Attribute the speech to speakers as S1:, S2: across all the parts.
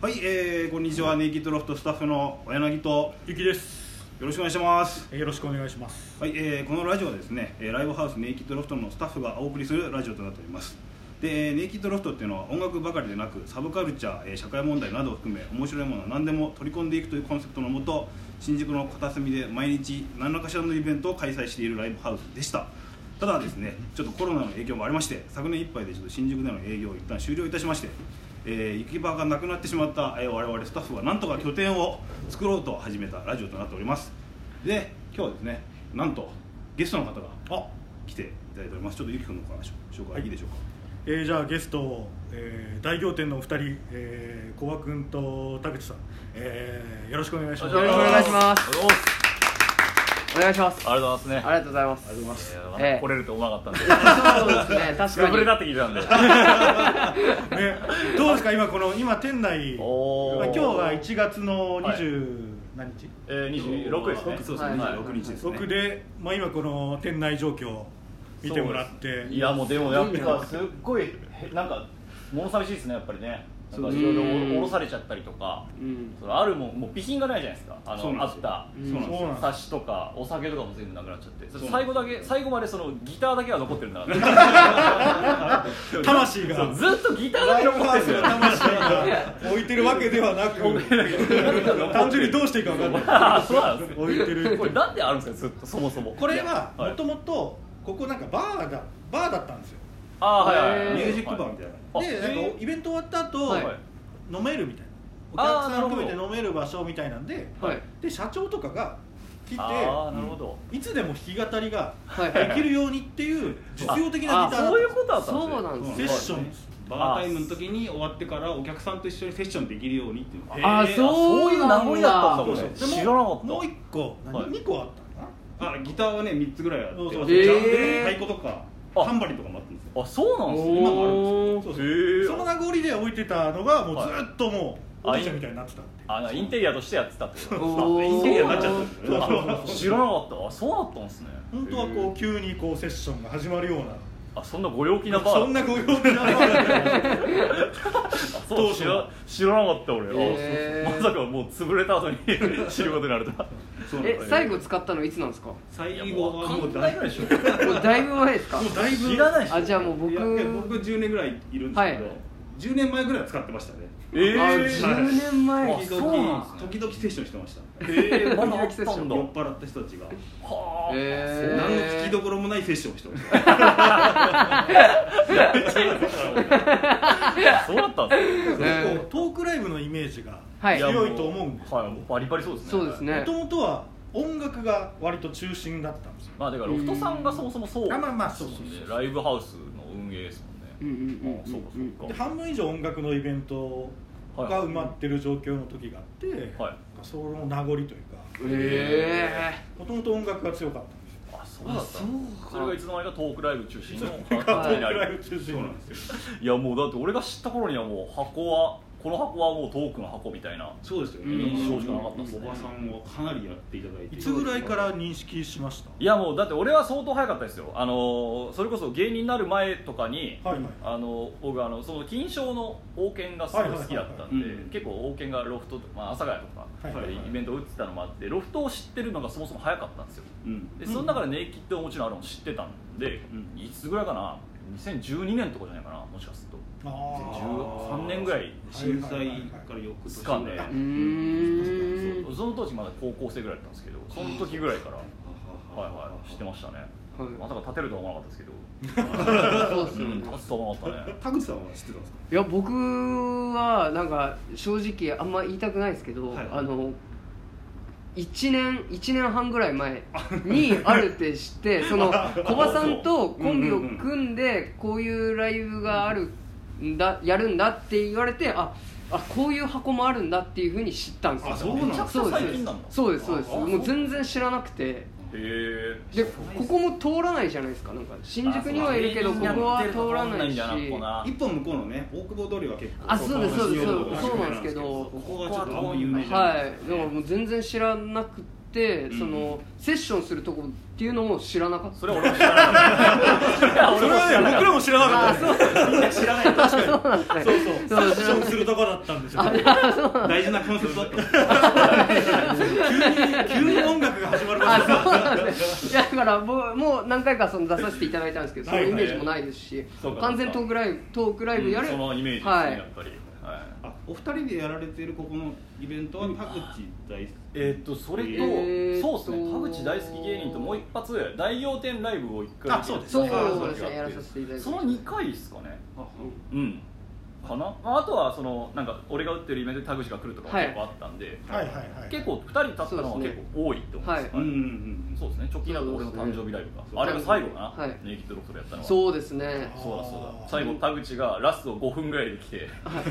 S1: はい、えー、こんにちは、ネイキッドロフトスタッフの小柳と、
S2: ゆきです
S1: よろしくお願いします。
S2: よろしくお願いします
S1: はい、えー、このラジオはですね、えーライブハウスネイキッドロフトのスタッフがお送りするラジオとなっております。で、えーネイキッドロフトっていうのは音楽ばかりでなく、サブカルチャー、えー社会問題などを含め、面白いものは何でも取り込んでいくというコンセプトのもと、新宿の片隅で毎日何らかしらのイベントを開催しているライブハウスでした。ただですね、ちょっとコロナの影響もありまして、昨年いっぱいでちょっと新宿での営業を一旦終了いたしまして、えー行き場がなくなってしまった、えー我々スタッフがなんとか拠点を作ろうと始めたラジオとなっております。で、今日はですね、なんとゲストの方が
S2: あ、
S1: 来ていただいております。ちょっとゆきくんの方から紹介、
S2: はい
S1: い、いでしょうか。
S2: えー、じゃあゲスト、えー、大仰天のお二人、えー、小葉君と田口さん、えー、よろしくお願いします
S3: よろしくお願いします
S4: おあ
S3: お願いします
S4: りがとうございますね
S3: ありがとうございます
S1: ありがとうございます。
S3: え
S4: いや
S3: え
S4: 来れると思わなかったんで
S3: そうですね確か
S4: 破れ
S3: に
S4: だって聞いたんで
S2: ね、どうですか今この今店内
S4: お
S2: まあ今
S4: ー
S2: 日は1月の
S4: はい
S2: 20何日、
S4: えー26ですね
S1: そうですね、
S3: はい
S1: 26日ですね。
S2: 僕で、まあ、今この店内状況見てもらっ
S4: そう
S2: て
S4: ですいやもうでもやっぱすっごいへなんか物寂しいですねやっぱりねなんかいろいろ
S3: うん
S4: 下ろされちゃったりとか
S3: うん
S4: そのあるもんもう備品がないじゃないですかあ
S1: そう
S4: の
S1: な
S4: あ
S1: んです
S4: っ
S1: よ
S4: た
S3: うん
S1: そうなんですよ。
S2: ん
S4: 冊子とかお酒とかも全部なくなっちゃってそれ
S1: そう
S4: 最後だけ最後までそのギターだけは残ってるんだなって
S2: 魂 が
S4: そうずっとギターだけ残ってるんだよ
S2: 魂が置いてるわけではなく単純にどうしていいか分かんない
S4: あそうなんですよ
S2: 置いてる
S4: これなんであるんですかずっとそもそも
S2: これはも
S4: い
S2: ともとここなんかバーがバーだったんですよ
S4: あーはいはい
S3: え
S4: は
S1: ミ
S4: い
S1: ュージックバーみたいな。
S4: あ
S2: でなん
S4: へ
S2: か
S4: ー
S2: イベント終わった後、
S3: はい
S2: 飲めるみたいなお
S4: あー
S2: 客さん含めて
S4: なる
S2: 飲める場所みたいなんで、
S3: はい
S2: で社長とかが来て
S4: ああなるほど、
S2: いつでも弾き語りが
S3: はい
S2: できるようにっていう実用的な
S3: あ
S2: ギターだったん
S4: そう
S2: です
S4: いうことだったんですね
S3: そうなんです
S2: セッションです
S1: バータイムの時に終わってからお客さんと一緒にセッションできるようにっていうのが
S2: え
S3: あ
S2: ー
S3: そういう
S4: 名残だったんだ
S2: そうそう
S4: これ
S2: でも
S4: 知らなかった
S2: もう一個何、
S4: はい
S2: 2個あったのかな
S1: あギターはね3つぐらいあって
S2: そうそう
S1: あ
S2: そう
S1: とジャンベ
S3: へー
S1: 太鼓とか
S4: あ
S1: タンバリンとかもあったんですよ
S4: あそうなんですね
S1: 今もあるんですよ
S2: そ
S3: おー
S2: うそう
S4: へー
S2: その名残で置いてたのがもうずっともうお
S4: はい
S2: じいちゃんみたいになってたっていう
S4: あなインテリアとしてやってたってこと
S3: おー
S1: インテリアになっちゃったんですよね
S2: そうそうそう
S4: あ 知らなかったあそうだったんですね
S2: 本当は
S4: へ
S2: こ
S4: ー
S2: う急にこうセッションが始まるような
S4: あそんなご陽気なバー
S2: そんなご用気なバーだった
S4: あそう知ら知らなかった俺、あ
S3: へー
S4: まさかもう潰れた後に 知ることになるとは
S1: そうなん
S3: え
S1: です
S3: 最後使ったのいつなんですかも
S1: 最
S4: いや
S1: 後
S4: も
S1: は
S4: うわ
S1: も
S4: か
S1: うんだ
S4: ないい
S1: ぶ
S4: ぐらいでしょ
S3: うだいぶ前ですか
S2: もうだいぶ
S4: 知らないでしょ
S3: あじゃあもう
S1: い
S3: 僕
S1: やで僕10年ぐらいいるんですけど、
S3: はい
S1: 10年前ぐらい使ってましたね
S4: え
S3: あ10年前
S4: あそうなんで
S1: 時
S4: すね
S1: 々セッションしてました
S4: えー、まだあったんだ
S1: 酔っ払った人たちが
S4: はあ、
S3: えー
S1: 何の聞きどころもないセッションをしてました
S4: あそうだったんですね
S3: え
S2: こうトークライブのイメージが
S3: はい
S4: や
S2: 強いと思うんです
S4: もはいもうバリバリそうですね
S3: そうですね
S2: もともとは音楽が割と中心だったんですよ
S4: まあだからロフトさんがそもそもそう
S2: あまあまあそう
S4: で
S2: そう
S4: す
S2: そう
S4: ねライブハウスの運営ですもんね
S3: うんうんうん
S4: あそうかそう
S2: で
S4: か
S2: 半分以上音楽のイベントが埋まってる状況の時があって、
S4: はい
S2: その名残というか
S3: え
S2: もともと音楽が強かったんですよ
S4: あそうだった
S3: あそうか
S4: それがいつの間にかトークライブ中心の
S2: ト
S3: はい
S2: ー
S4: にな
S2: クライ
S4: り
S2: ブ中心
S1: そうなんですよ
S4: いやもうだって俺が知った頃にはもう箱はこの箱はもうトークの箱みたいな
S1: そうですよね
S3: うん
S1: 印象
S4: しかなかったですね
S1: おばさんをかなりやっていただいて
S2: いつぐらいから認識しました
S4: いやもうだって俺は相当早かったですよあのーそれこそ芸人になる前とかに
S2: はいはい
S4: あの僕あのその金賞の王権がすごい好きだった
S1: はい
S4: ん
S1: はいはいはいうん
S4: で結構王権がロフトと、まあ、阿佐ヶ谷とか、
S2: はいはいはい
S4: イベントを打ってたのもあってロフトを知ってるのがそもそも早かったんですよ
S1: うん
S4: でその中でネイキッドはもちろんあるの知ってたんで、
S1: うん
S4: いつぐらいかな2012年とかじゃないかなもしかすると
S2: あ
S4: 13年ぐらい
S1: 震災から翌
S4: です
S1: 年
S4: かね
S1: は
S3: ーうーん
S4: そうその当時まだ高校生ぐらいだったんですけどその時ぐらいからは
S1: はい
S4: はい知ってましたね、
S3: はい
S4: まさか立てるとは思わなかったですけど、
S3: そうっすよ
S4: うん、
S3: ね
S4: 立つとは思わなか ったね
S1: 田口さんは知ってたんですか
S3: いや僕はなんか正直あんま言いたくないですけど、
S1: はい
S3: あの1年1年半ぐらい前にあるって知ってその小葉さんとコンビを組んでこういうライブがあるんだやるんだって言われてああこういう箱もあるんだっていうふうに知ったんですよ
S1: あそうなん
S4: め
S1: だ
S4: ちゃくち
S3: そ
S4: ゃ
S3: うです
S4: 最近なんだ
S3: そうですそうです
S4: あ
S3: もう全然知らなくて
S4: へえ
S3: でここも通らないじゃないですかなんか新宿にはいるけど
S4: あ
S3: こ
S4: そうだ
S3: こは通らない
S4: 芸人に
S3: し
S4: なってるとこな
S1: 一本向こうのね大久保通りは結構
S3: あそうですそうです
S1: 信用度が
S3: そうなんですけど
S1: ここはちょっとあんま有名じゃない
S3: はい、でももう全然知らなくって、
S1: うん
S3: そのセッションするとこっていうのも知らなかった
S4: それは俺も知らなかったそれは
S2: それはね僕らも知らなかったね
S4: みんな知らない確かに
S3: そうなんです
S2: そう
S3: ね
S2: そう
S3: そう
S2: セッションするとこだったんですよ
S1: 大事なコンセプトだった
S2: 急に音楽が始まるから
S3: あそうなんですねいやだからもうもう何回かその出させていただいたんですけどそ
S2: は
S3: の
S2: い
S3: イメージもないですし
S4: そうか
S3: 完全トークライブトークライブやれ、
S4: うんそのイメージですね、
S3: はい
S4: やっぱり、はい
S1: あお二人でやられているここのイベントは田口大輔
S4: えーっとそれと、
S3: えーっと
S4: そうですね田口大好き芸人ともう一発大仰天ライブを一回
S2: あそうです
S3: そう
S4: はい
S3: ですねやらさせていただいて
S4: その2回ですかね
S1: あ
S4: うんかな、まあ、あとはそのなんか俺が打ってるイベントで田口が来るとかも
S3: はい
S4: 結構あったんで、
S2: はいはいはい
S4: 結構2人立ったのは
S3: そうです
S4: 結
S3: ね
S4: 構多いと思うんですよ
S1: うんうんう
S4: はい
S1: ん
S4: そうですね直近だと俺の誕生日ライブか、
S1: そう
S4: あれが最後かな、
S3: はい
S4: ネイキッドロフトでやったのは
S3: そうですね
S4: そうだそう
S2: あ
S4: だ
S2: ー
S4: 最後田口がラスト5分ぐらいで来て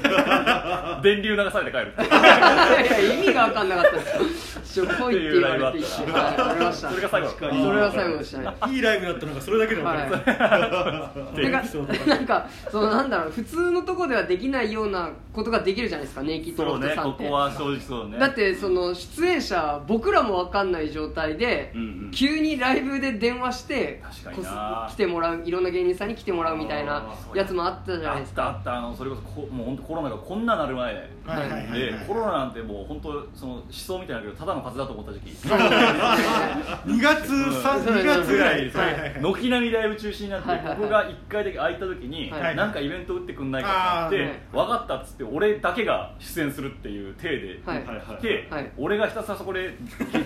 S4: 電流流されて帰るって
S3: いやいや意味が分かんなかったですしょぼいって言われて一瞬はいありました
S4: それが最後だった
S1: 確かに
S3: それは最後でしたね
S2: いいライブだったのがそれだけで分かります、
S4: ていう
S3: なん
S4: エピ
S2: ソー
S3: か
S2: ド
S3: なんかそのなんだろう普通のとこではできないようなことができるじゃないですかネイキッド
S4: そ
S3: ロ
S4: う
S3: フト
S4: ね
S3: さん
S4: こ
S3: って、
S4: こは正直そうね
S3: だってその出演者僕らも分かんない状態で、
S1: うんうん
S3: 急にライブで電話して
S4: 確か
S3: こ
S4: に
S3: す
S4: な
S3: 来てもらういろんな芸人さんに来てもらうみたいな
S4: あーそうや
S3: やつもあったじゃないです
S4: あっ
S3: か
S4: たあったあのそれこそこもう本当コロナがこんななる前で、
S2: はいはいはいはい
S4: コロナなんてもう本当その思想みたいなけどただの風邪だと思った時期
S2: 2月3 2月
S4: ぐ
S2: ぐ
S4: ら
S2: ら
S4: い
S2: いで
S4: で
S2: すす
S4: ね
S2: ね、
S4: 軒並みライブ中止になって、
S3: はいはいはい
S4: 僕が1回だけ空いた時に、
S3: はい
S4: なんかイベント打ってくんないかって言って、分かったっつって俺だけが出演するっていう体で、
S3: はい
S1: はいはい
S4: 来て、
S3: はい
S4: 俺がひたすらそこで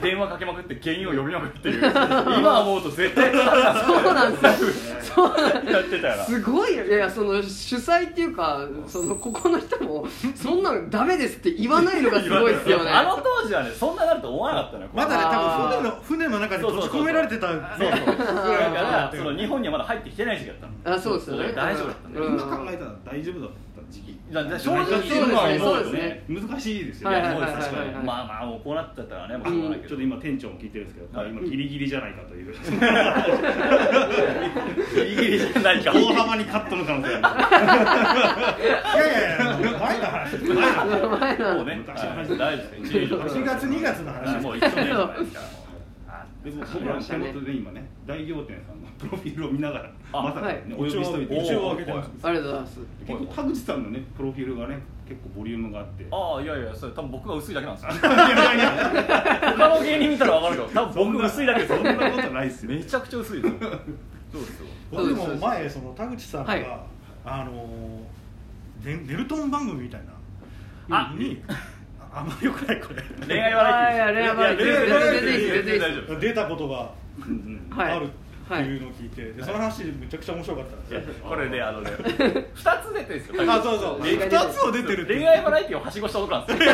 S4: 電話かけまくって原因を読みまくるっていう今思うと絶対そう
S3: なんです
S4: よやってたよな
S3: すごいいやいやその主催っていうかそのここの人もそんなのダメですって言わないのがすごいですよね
S4: あの当時はねそんななると思わなかったのよ
S2: まだね
S3: あー
S2: 多分船の船の中で閉じ込められてたね
S4: そうそうだから
S2: うん
S4: その日本にはまだ入ってきてない時期だったの
S3: あそうですよね
S4: 大丈夫だったね
S3: うん
S1: 今考えたら大丈夫だった時期
S4: だから正直
S3: そうですね
S4: 今思
S3: そう
S4: と
S3: です
S4: ね
S3: ね
S1: 難しいですよ
S4: い
S1: ね、
S4: やそうです
S3: はいはい
S4: 確か
S3: はい
S4: に
S3: はい
S4: まあまあもうこうなってたらねもうしょうがない
S1: ち
S4: け
S1: ょっ
S4: ど
S1: と今店長も聞いてるんですけど、
S4: はい
S1: 今ギリギリじゃないかという
S4: ギリギリじゃないか
S1: 大幅にカットの可能性 があ
S2: いやいやいや前の話前の話
S3: 前な
S4: も
S3: の
S4: うね
S1: 昔の
S4: はい
S1: 話
S4: 大丈夫ですよ一年以上
S2: 1月2月の話
S4: もう一緒ね
S3: そう
S1: るでも僕らの手元で今ね大仰天さんのプロフィールを見ながら
S4: あ
S1: まさか
S3: はい
S1: ね、お呼びしておいて
S4: 一
S1: 結
S4: 応
S1: 構
S2: 開けてます
S3: ありがとうございます
S1: 田口さんのねプロフィールがね結構ボリュームがあって
S4: ああいやいやそれ多分僕が薄いだけなんですよ他の芸人見たら分かるけど多分僕薄いだけです
S1: そ
S4: よ
S1: んなことないですよ
S4: めちゃくちゃ薄いですよそうですよ
S2: 僕でも前その田口さんが、
S3: はい
S2: あのねネルトン番組みたいな
S4: あ
S2: にああんまりよくないこれ
S4: 恋愛笑い
S3: あーいや恋愛バラエティ
S2: い
S3: ー
S2: や恋愛バラエティー
S3: 全然いいです全然いいです
S4: 大丈夫です
S2: 出たことが
S1: うんうん
S3: はい
S2: あるっていうのを聞いて、でその話めちゃくちゃ面白かったんですよ
S4: これね、あのね、二つ出てるんですよ。
S2: あそうそう
S4: 恋愛
S2: 2つを出てるって
S4: 恋愛バラエティをはしごした男なんで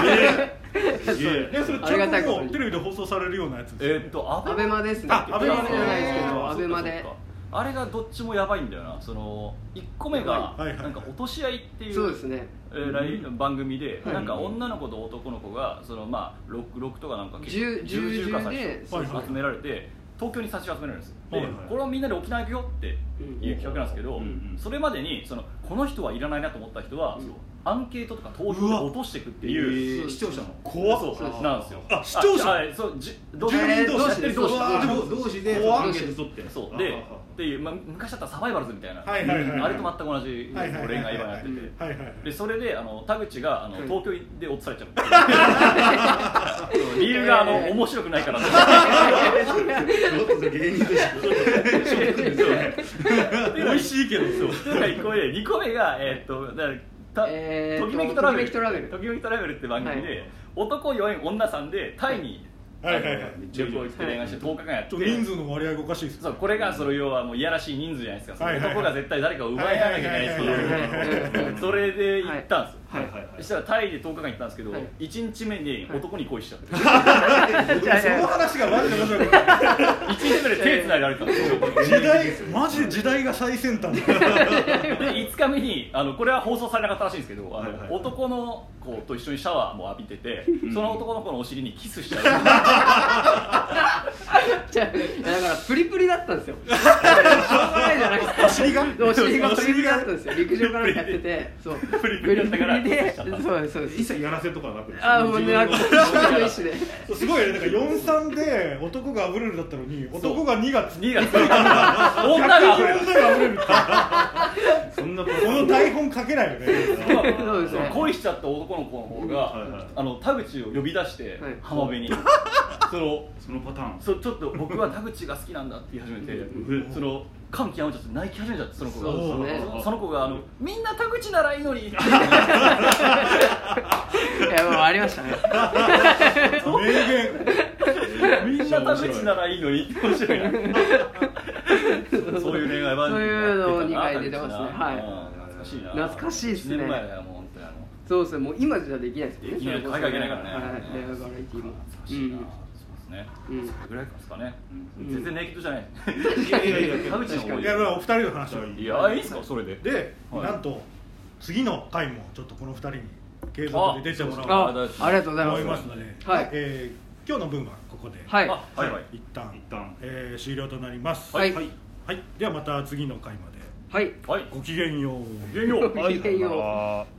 S4: すよ。
S1: すげえ
S2: でそれ
S3: ありがたい
S2: ち
S3: こ
S2: ゃ
S3: と
S2: ん
S3: に
S2: とテレビで放送されるようなやつ
S4: え
S2: です
S4: ーっと、
S3: アベマですね
S2: あアベマ
S3: テレビじゃないですけ
S2: ね
S3: どアベマ
S4: そ
S3: で
S4: っかそっかあれがどっちもやばいんだよな。その一個目が
S2: はいはいはい
S4: なんか落とし合いっていう。
S3: そうですね
S4: えーライン番組で、
S3: はい
S4: なんか女の子と男の子がそのまあロックロックとかなんか
S3: 十
S4: 十十かさ
S3: で
S2: はいはい
S4: 集められて東京に差し集められるんですよで、
S2: はいはい
S4: これをみんなで沖縄行くよっていう企画なんですけど、
S1: うんうん
S4: それまでにそのこの人はいらないなと思った人は、
S3: うん
S4: アンケートとか投票で落としていくっていう
S1: えー視聴者の
S2: 怖っ
S4: そう
S3: そうです
S4: なんですよ
S2: あ視聴者
S4: あはいそうじ同士
S2: 住民同士
S4: やってる同士
S3: うわー
S1: 同同士で
S2: 怖っ
S1: アンケート取って
S4: そう
S1: あ
S4: で
S1: ああ
S4: っていう、まあ、昔だったらサバイバルズみたいな、
S2: はいはいはい
S4: あれと全く同じ
S2: はいはいはい
S4: 恋愛版やってて、
S2: はいはいはい
S4: でそれであの田口があの
S3: はい
S4: 東京で落とされちゃ うっていうそう理由があの面白くないから
S1: ちょっと芸人と
S4: 美味しいけどそうが1個目で2個目がえーっとだからた
S3: えーっ
S4: と
S3: と
S4: きめきトラベル
S3: ときめきトラベル
S4: ときめきトラベルって番組で、
S3: はい
S4: 男4円女3でタイに、
S2: はいはいはい
S4: あの旅行行って恋愛して10日間やっ
S2: ち
S4: て、
S2: ょっと人数の割合がおかしいです
S4: そうこれがその要はもういやらしい人数じゃないですか、その
S2: はいはいはい
S4: 男が絶対誰かを奪い合わなきゃいけないって
S2: はい
S1: はい
S4: い
S1: は
S4: う
S1: い
S4: それで行ったんですよ、
S1: はいはいはい
S4: そしたらタイで10日間行ったんですけど、
S3: はい
S4: 一1日目に男に恋しちゃって、
S2: その話がマジで面白かっ
S4: 一1日目で手つないで歩いたんですよ
S2: た時代マジで時代が最先端だ
S4: で5日目にあのこれは放送されなかったらしいんですけどあの、
S1: はいはい
S4: 男の子と一緒にシャワーも浴びててその男の子のお尻にキスしちゃう
S3: じゃあいやだからプリプリだったんですよしょうがないじゃないですかお尻がお尻がプリプリだったんですよ陸上かなんかやっててそう
S4: プリプリだったから
S3: プリプリでそうですそうです
S1: 一切やらせとかなくです
S3: あもうねあこっちの意思で
S2: すごいねなんか43で男がアブレルだったのに男が2がつ
S4: 2がついた女が溢れる
S2: 女がアブレルって
S1: そんなこ
S2: この台本書けないよね
S3: そうですね
S4: 恋しちゃった男の子の方が、
S1: はいはい
S4: あの田口を呼び出して、
S3: はい
S4: 浜辺にその
S1: そのパターン
S4: そちょっと僕は田口が好きなんだって言い始めて、
S1: うん
S4: その感極まっちゃって泣き始めちゃってその子が
S3: そうですね
S4: そその子があのみんな田口ならいいのにって
S3: いやもうありましたね
S2: 名言
S4: みんな田口ならいいのにって面白いなそういう恋愛番
S3: そ
S4: 組
S3: ういうのを二
S4: やっ
S3: 回出
S4: てたな
S3: てますね
S4: 田口な
S3: はい
S4: うん懐かしいな
S3: 懐かしいっすね
S4: 1年前だよもう本当にあの
S3: そうですねもう今じゃできないですね
S4: できない海外行けないからね、
S3: はいレ
S4: ね
S3: アバラエティも
S4: 懐かしいな、そうですね、
S3: うん
S4: それぐらいですかね、
S3: ん
S4: 全然ネイキッドじゃない、
S1: いやいやいや
S4: 田口の方が
S2: いやまあお二人の話はい
S4: い
S2: い
S4: やいいっすかそれで
S2: で、
S4: はい
S2: なんと次の回もちょっとこの二人に継続で出てもらおう
S3: あありがとうござい
S2: と
S3: ま
S2: 思
S3: す
S2: いますので、
S3: はい
S2: えー今日の分はここで、
S3: はい
S4: あはいはい
S2: 一旦
S1: 一旦
S2: えー終了となります
S3: はい
S2: はいではまた次の回まで
S3: はい
S4: はい
S2: ごきげんよう
S4: ごきげんよう
S3: ごきげんよう
S1: あー